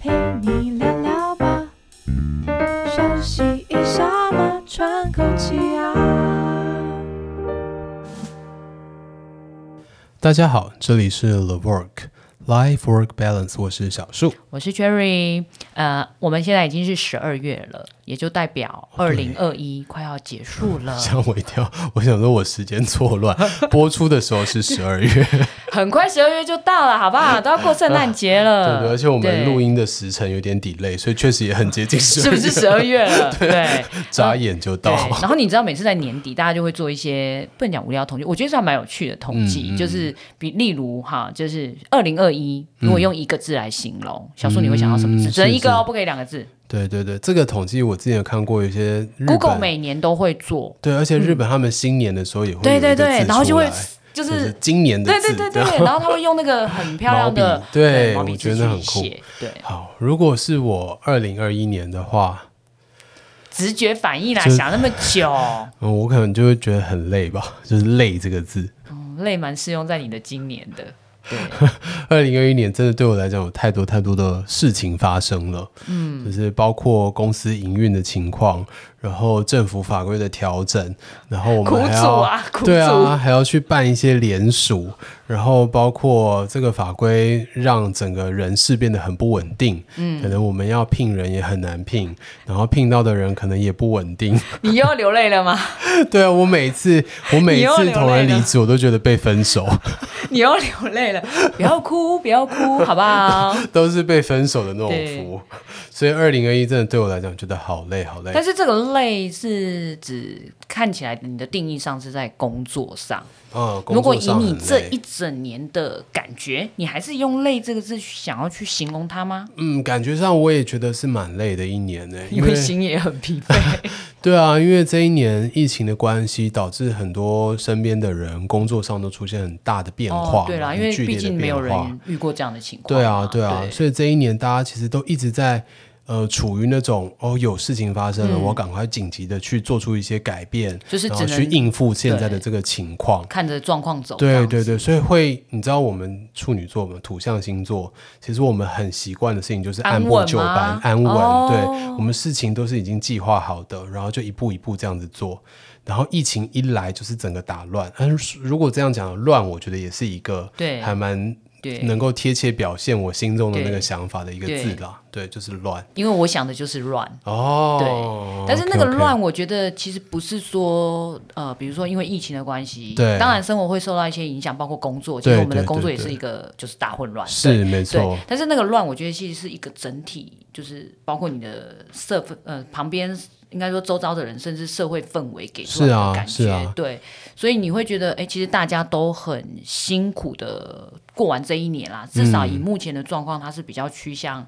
陪你聊聊吧，休息一下嘛，喘口气啊。大家好，这里是 The Work Life Work Balance，我是小 树。我是 Cherry，呃，我们现在已经是十二月了，也就代表哦二对零二一快要结束 了，吓我一跳，我想说我时间错 乱，播出的时候是十二月，对很快十二月就到了，好 不好？都要过圣诞节不对？了，而且我们呃对录音的时辰有点 delay，所以确实也很接近十二是不是十二月了？对。 眨眼就对 到。，然后你知道每次在年底，大家就会做一些不能讲无聊统计，我觉得是还蛮有趣的统计，嗯嗯就是比例如哈，就是二零二一，如果用一个字来形容，小树你会想到什么字？嗯只能一是个哦，是不可以两个字。 对对对，这个统计我之前有看过，有些日本 Google 每年都会做，对，而且日本他们新年的时候也会有对一个对对字，然后就出会来就就是是今年的对对字对这对样，然后他会用那个很漂亮毛的笔对毛笔我字觉得很去酷写，对，好，如果是我二零二一年的话，直觉反应啦，啊就是想那么久， 嗯，我可能就会觉得很累吧，就是“累”这个字。嗯累蛮适用在你的今年的，对，二零二一年真的对我来讲有太多太多的事情发生了，嗯，就是包括公司营运的情况，然后政府法规的调整，然后我苦们还主要、啊苦对啊，主还要去办一些联署，然后包括这个法规让整个人事变得很不稳定，嗯，可能我们要聘人也很难聘，然后聘到的人可能也不稳定， 你又要流泪了吗？ 对啊，我每次我每你又次流同人泪了离职，我都觉得被分手，你又流泪了，不要哭，不要哭，好 不好？都是被分手的那种对服。 所以二零二一真的对我来讲觉得好累好累但。是这个累是指看起来你的定义上是在工作上，嗯，如工作果以上你很这累一整年的感觉，你还是用累这个字想要去形容它吗？嗯，感觉上我也觉得是蛮累的一年 呢、因因为心也很疲惫。对啊，因为这一年疫情的关系，导致很多身边的人工作上都出现很大的变化嘛，哦、对啦，很因为剧烈毕的竟没有变化人遇过这样的情况对啊嘛。，对啊，所以这一年大家其实都一直在呃处于那种哦有事情发生了，我赶快紧急的去做出一些改变，嗯就是然只后去能应付现在的这个情况。看着状况走。这对样对对，所以会你知道我们处女座嘛，土象星座，其实我们很习惯的事情就是安按部稳就班吗，安稳。对哦我们事情都是已经计划好的，然后就一步一步这样子做。然后疫情一来，就是整个打乱。嗯，如果这样讲乱，我觉得也是一个对还蛮对能够贴切表现我心中的那个对想法的一个对字啦。对，就是乱。因为我想的就是乱。哦，但是那个 OK，OK 乱，我觉得其实不是说呃，比如说因为疫情的关系，对当然生活会受到一些影响，包括工作。其对实我们的对工作对也是对一个就是大混乱。对是没错对，，但是那个乱，我觉得其实是一个整体，就是包括你的社会呃旁边，应该说周遭的人，甚至社会氛围给出来是啊的感觉，是啊对，所以你会觉得，哎，其实大家都很辛苦的过完这一年嗯啦，至少以目前的状况，它是比较趋向。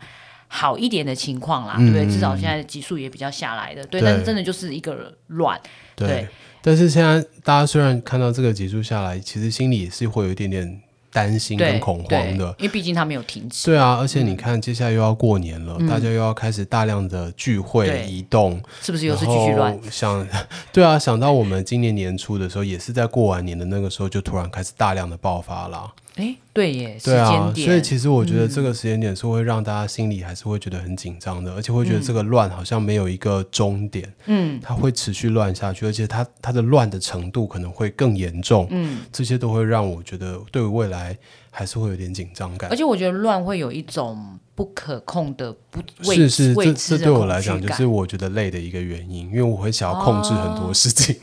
好一点的情况啦，对不对？至少现在的级数也比较下来的，嗯对。对但是真的就是一个乱，对对。但是现在大家虽然看到这个结束下来，其实心里也是会有一点点担心对跟，恐对慌的。因为毕竟它没有停止。对啊，而且你看，接下来又要过年了，大家又要开始大量的聚会、嗯对移动，是不是又是继续乱？。想， 对啊，想到我们今年年初的时候，也是在过完年的那个时候，就突然开始大量的爆发了。哎，对耶，时对啊间，点，嗯所以其实我觉得这个时间点是会让大家心里还是会觉得很紧张的，而且会嗯觉得这个乱好像没有一个终点，嗯，它会持续乱下去，而且它它的乱的程度可能会更严重，嗯，这些都会让我觉得对未来还是会有点紧张感而。且我觉得乱会有一种不可控的不未是是，未这这知的对我恐来惧讲就感是我觉得累的一个原因，因为我会想要控制很多事情。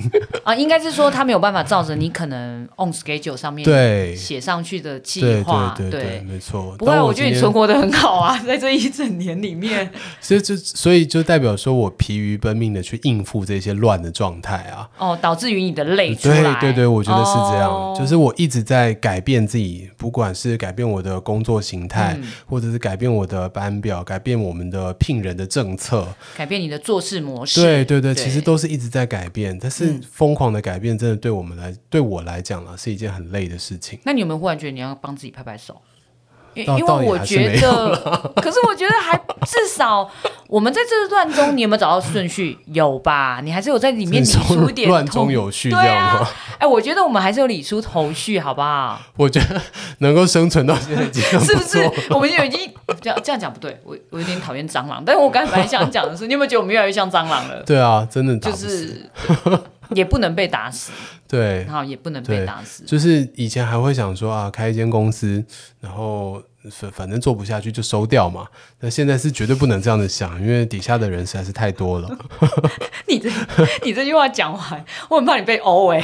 啊，应该是说他没有办法照着你可能 on schedule 上 面对写上去的计对划，对对对，没错。不会啊，当我觉得今你天存活的很好啊，在这一整年里面，所以就所以就代表说我疲于奔命的去应付这些乱的状态啊。哦，导致于你的累嗯出对来，对对，我觉得是这样，哦就是我一直在改变自己，不管是改变我的工作形态，嗯或者是改变我的班表，改变我们的聘人的政策，改变你的做事模式，对对对，对嗯其实都是一直在改变。但是疯狂的改变，真的对我们来，对我来讲啊，是一件很累的事情。那你有没有忽然觉得你要帮自己拍拍手？因到因为到底我还是觉没有得，可是我觉得还至少我们在这段中，你有没有找到顺序？有吧？你还是有在里面理是出一点乱头中有序这对样啊吗？， 哎，我觉得我们还是有理出头绪，好不好？我觉得能够生存到现在已经很 是不不是错。？我们就已经这样这样讲不对，我我有点讨厌蟑螂，但是我刚才本来想讲的是，你有没有觉得我们越来越像蟑螂了？对啊，真的打就不死 是也不能被打死，对然，后也不能对被打死。就是以前还会想说啊，开一间公司，然后反反正做不下去就收掉嘛。那现在是绝对不能这样子想，因为底下的人实在是太多了。 你这 你这句话讲完，我很怕你被殴哎、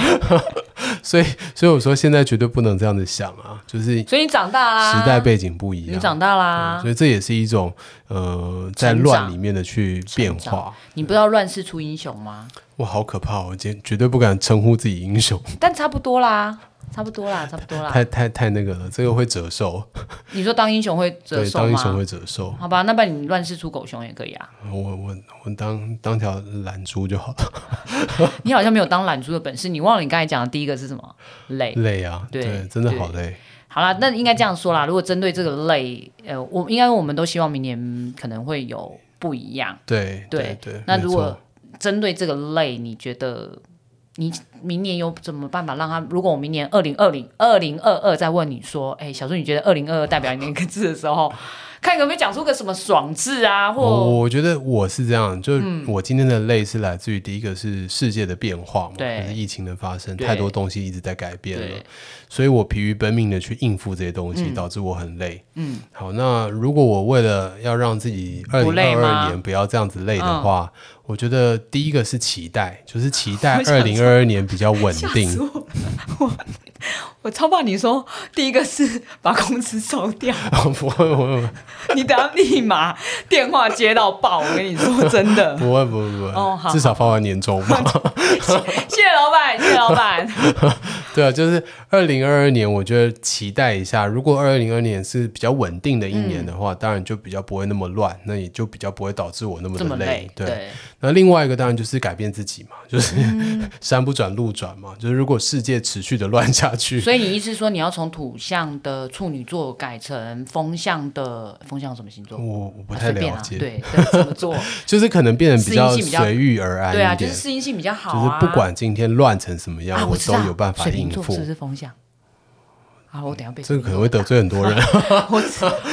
所以，所以我说现在绝对不能这样子想啊，就是时所以你长大啦，代背景不一你样。啊长大嗯啦所，以这也是一种呃，在成乱长里面的去变化。你不知道乱世出英雄吗？哇，好可怕哦！我今天绝对不敢称呼自己英雄，但差不多啦，差不多啦，差不多啦。太太太那个了，这个会折寿。你说当英雄会折对，寿当英雄吗会？折寿。好吧，那不然你乱世出狗熊也可以啊。我我我当当条懒猪就好了，你好像没有当懒猪的本事，你忘了你刚才讲的第一个是什么？累。累啊，哎对对，真的对好累。好啦，那应该这样说啦。如果针对这个类，呃，我应该我们都希望明年可能会有不一样。对对对，那没如果错针对这个类，你觉得你明年有怎么办法让他？如果我明年二零二零、二零二二再问你说，哎，小树，你觉得二零二二代表你哪个字的时候， 看有没有讲出个什么爽字啊，我或哦嗯我觉得我是这样，就是我今天的累是来自于第一个是世界的变化嘛，对就是疫情的发生，对太多东西一直在改变了对，所以我疲于奔命的去应付这些东西，导致我很累。嗯，好，那如果我为了要让自己二不零累二二吗嗯年不要这样子累的话，我觉得第一个是期待，就是期待 我想二说零二二年比较稳 定。我！我我超怕你说第一个是把公司收掉， 不会，不会，你等下立马电话接到爆，我跟 你说真的。不会，不会，不会，哦好至少发完年终嘛。谢谢老板，谢谢老 板。对啊，就是二零二二年，我觉得期待一下。如果二零二年是比较稳定的一年的嗯话，当然就比较不会那么乱，那也就比较不会导致我那么这的么累，对。，那另外一个当然就是改变自己嘛， 就是、嗯山不转路转嘛。就是如果世界持续的乱下去，所以你意思说你要从土象的处女座改成风象的风象什么星座？我我不啊太随便了啊解，对，对怎 么做？就是可能变得比较适应性比较随遇而安一对点。啊，就是适应性比较好就是啊。不管今天乱成什么样，啊，我知都道有办法水应瓶座付。是不是风象？啊，我等一下被这个可能会得罪很多人， 啊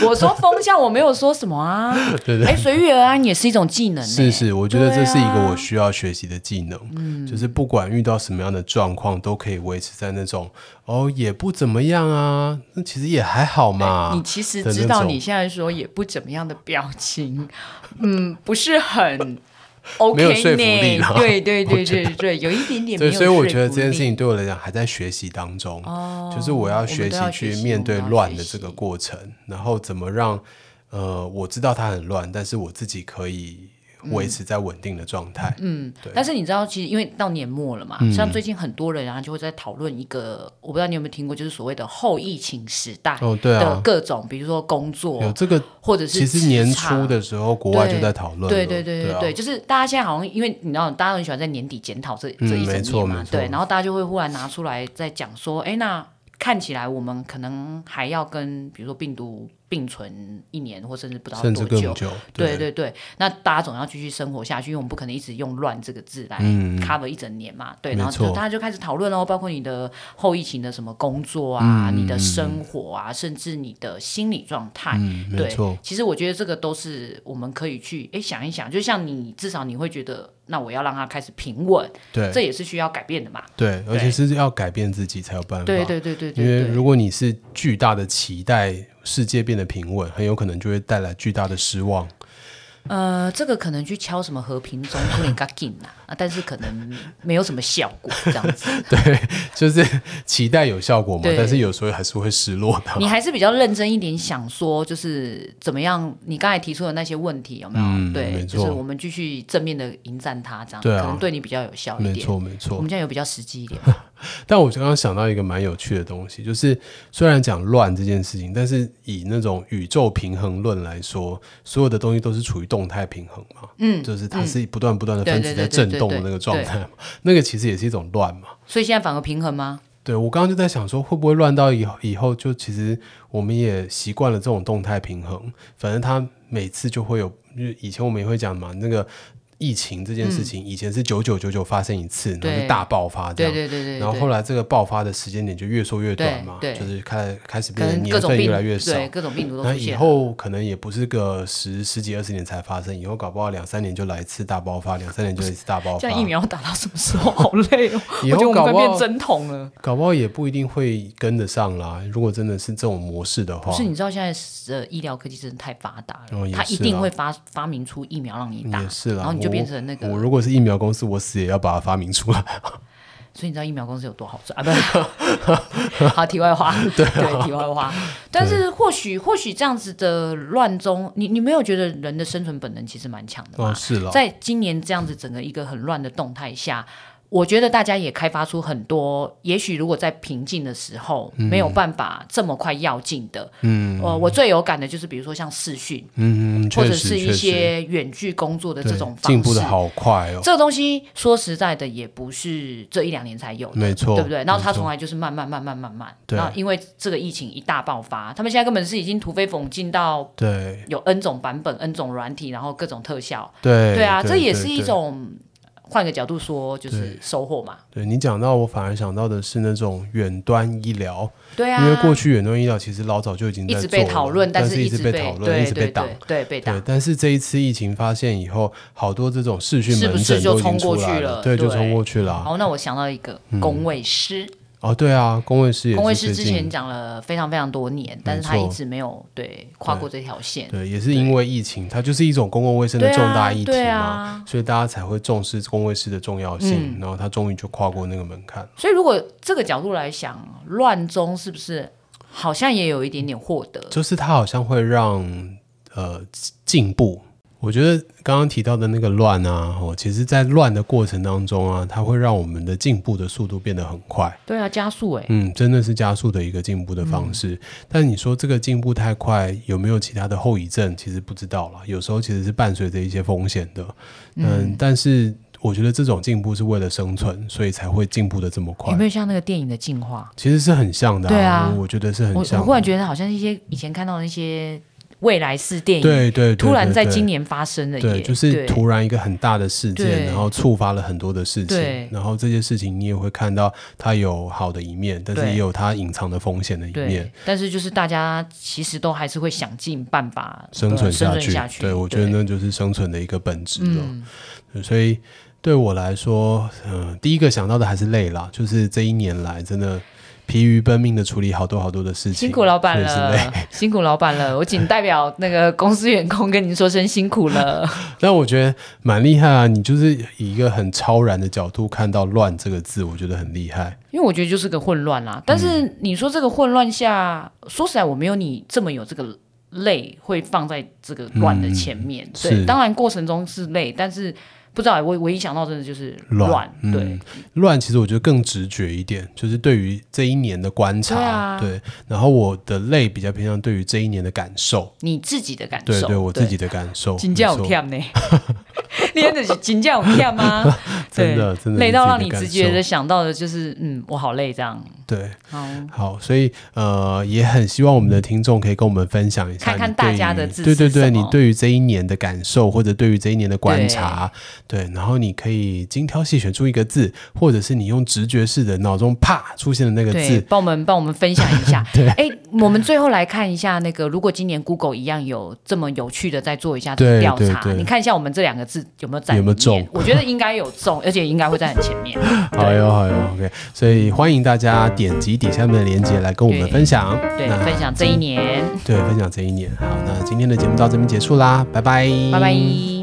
我说风象，我没有说什么啊。对对哎，随遇而安也是一种技能欸。是是，我觉得这对是一个啊嗯我需要学习的技能，就是不管遇到什么样的状况，都可以维持在那种哦也不怎么样啊，那其实也还好嘛。你其实的知那道种你现在说也不怎么样的表情，嗯，不是很没 OK 有说服呢力啦对 对对对对，有一点点对，没有所以我说觉得服这件力事情对我来讲还在学习当中，哦就是我要学习去面对乱的这个。我们都要学习过我们都要学习程，然后怎么让呃我知道它很乱，但是我自己可以维持在稳定的状态。嗯对，嗯但是你知道，其实因为到年末了嘛，像最近很多人啊就会在讨论一个，我不知道你有没有听过，就是所谓的后疫情时代哦对啊的各种，比如说工有作这个，或者是其实年职场初的时候国外就对在讨论了，对对对对啊对，就是大家现在好像因为你知道，大家都很喜欢在年底检讨这、嗯这一没整错年嘛没，错对，然后大家就会忽然拿出来再讲说，哎，那看起来我们可能还要跟比如说病毒并存一年，或甚至不知道甚至多更久。久，对对对，那大家总要继续生活下去，因为我们不可能一直用“乱”这个字来嗯 cover 一整年嘛。对，没然后就错大家就开始讨论哦，包括你的后疫情的什么工作嗯啊、你的生活啊，甚至你的心理状态。嗯，没对错，，其实我觉得这个都是我们可以去诶想一想，就像你至少你会觉得，那我要让它开始平稳，对这也是需要改变的嘛。对，而且对是要改变自己才有办法。对对对对对因为如对。果你是巨大的期待世界变得平稳，很有可能就会带来巨大的失望。 呃，这个可能去敲什么和平钟， 有点嘎劲啦，啊，但是可能没有什么效果这样子。对，就是期待有效果嘛，对但是有时候还是会失落的。你还是比较认真一点，想说就是怎么样？你刚才提出的那些问题有没有？嗯没错对，就是我们继续正面的迎战它，这样对啊可能对你比较有效一没点。嗯错，没我错们。这样有比较实际一 点。但我刚刚想到一个蛮有趣的东西，就是虽然讲乱这件事情，但是以那种宇宙平衡论来说，所有的东西都是处于动态平衡嘛，嗯，就是它是不断不断的分子对在对对震对对动的对那个状对态嘛，那个其实也是一种乱嘛。所以现在反而平衡吗？对我刚刚就在想说，会不会乱到以后以后就其实我们也习惯了这种动态平衡，反正它每次就会有，因为以前我们也会讲嘛，那个疫情这件事情，以前是九九九九发生一次，然后嗯对就大爆发这对样。对对对，然后后来来这个爆发的时间点就越缩越短嘛，对对就是开开始可变成能各年种份病越来越少，对各种病毒都那出以现了。后可能也不是个十十几二十年才发生，以后搞不好两三年就来一次大爆发，两三年就来一次大爆 这发。样疫苗打到什么时候？好累哦，我 以觉后得我们搞快不好哦变针筒了。搞不好也不一定会跟得上啦。如果真的是这种模式的不话是，，你知道现在的医疗科技真的太发达哦了也，它一是定啦会发发明出疫苗让你打也，是啦。然后你就变成那我。我个。如果是疫苗公司，我死也要把它发明 出啊来。所以你知道疫苗公司有多好赚啊？不是， 好，题 外话，对，啊题外话。但是或许或许这样子的乱中，你你没有觉得人的生存本能其实蛮强的吗？哦，是啦。在今年这样子整个一个很乱的动态下，我觉得大家也开发出很多，也许如果在平静的时候、嗯没有办法这么快要进的，嗯，呃，我最有感的就是比如说像视讯，嗯，或确者实，是确一实些远距工作的这对种方式，进步的好快哦，这个东西说实在的，也不是这一两年才有的。没错，对不对？然后他没错从来就是慢慢慢慢慢慢，对然后因为这个疫情一大爆发，他们现在根本是已经突飞猛进到对有 N 种版本、N 种软体，然后各种特效，对对啊，这也是对一对种换个角度说，就是对收获嘛。对你讲到，我反而想到的是那种远端医疗，对啊，因为过去远端医疗其实老早就已经在一做直被讨论了，但但是一直直被讨论，一对直被对挡。对对被对挡，。但是这一次疫情发现以后，好多这种视讯是不门是诊就都已经冲过出去来了对，就对冲过去了啊。好，那我想到一个工位师，哦，对啊，工卫嗯师也工位是师最之近前讲了非常非常多年，但是他没一错直没有对跨过这条线。对，也是因为疫情，它就是一种公共卫生的对啊重大议题对嘛啊，嗯所以大家才会重视公卫师的重要性。然后他终于就跨过那个门槛。所以如果这个角度来想，乱中是不是好像也有一点点获得？就是它好像会让呃进步。我觉得刚刚提到的那个乱啊，哦，其实，在乱的过程当中啊，它会让我们的进步的速度变得很快。对嗯啊，加速哎、嗯，真的是加速的一个进步的方式。但你说这个进步太快，有没有其他的后遗症？其实不知道啦。有时候其实是伴随着一些风险的。嗯，但是我觉得这种进步是为了生存，所以才会进步的这么快有。没有像那个电影的进化？其实是很像的、对啊我觉得是很我像我的。忽然觉得好像一些以前看到的那些未来式电影，对对对，突然在对今年发生了耶，对，就是对突然一个很大的事件，对然后触发了很多的事情对，然后这些事情你也会看到它有好的一面，但是对也有它隐藏的风险的一面对。，但是就是大家其实都还是会想尽办法生存呃生下存去，下去。对我觉得那就是生存的一个本质了。嗯，所以对我来说，嗯、第一个想到的还是累啦，就是这一年来真的疲于奔命的处理好多好多的事情，辛苦老板所以是累 了，辛苦老板了，我仅代表那个公司员工跟您说声辛苦了。但我觉得蛮厉害啊，你就是以一个很超然的角度看到“乱”这个字，我觉得很厉害。因为我觉得就是个混乱啦。但是你说这个混乱下，说实在，我没有你这么有这个累会放在这个乱的前面。嗯是对，当然过程中是累，但是不知道我唯一想到真的就是乱嗯对，乱其实我觉得更直觉一点，就是对于这一年的观察，对啊对然后我的累比较偏向对于这一年的感受，你自己的感对受，对，我自己。的感受。金价有没错跳呢， 你真的是金价有跳吗？真的 真的累到让你自直己的觉感的受想到的就是，嗯，我好累这样。对，好，好，所以呃，也很希望我们的听众可以跟我们分享一下，看看你大对家于的字对对是什对，你么对于这一年的感受，或者对于这一年的观察，对，然后你可以精挑细选出一个字，或者是你用直觉式的脑中啪出现的那个对，字，帮我们帮我们分享 一下。哎，我们最后来看一下那个，如果今年 Google 一样有这么有趣的再做一下这对个调查，对对你看一下我们这两个字有没有在有没有里面中我觉得应该有中，而且应该会在很前面。好哟好哟，OK，所以欢迎大家点击底下面的链接来跟我们对分享，对那，分享这一年，对分享这一年。好，那今天的节目到这边结束啦，拜拜，拜拜。嗯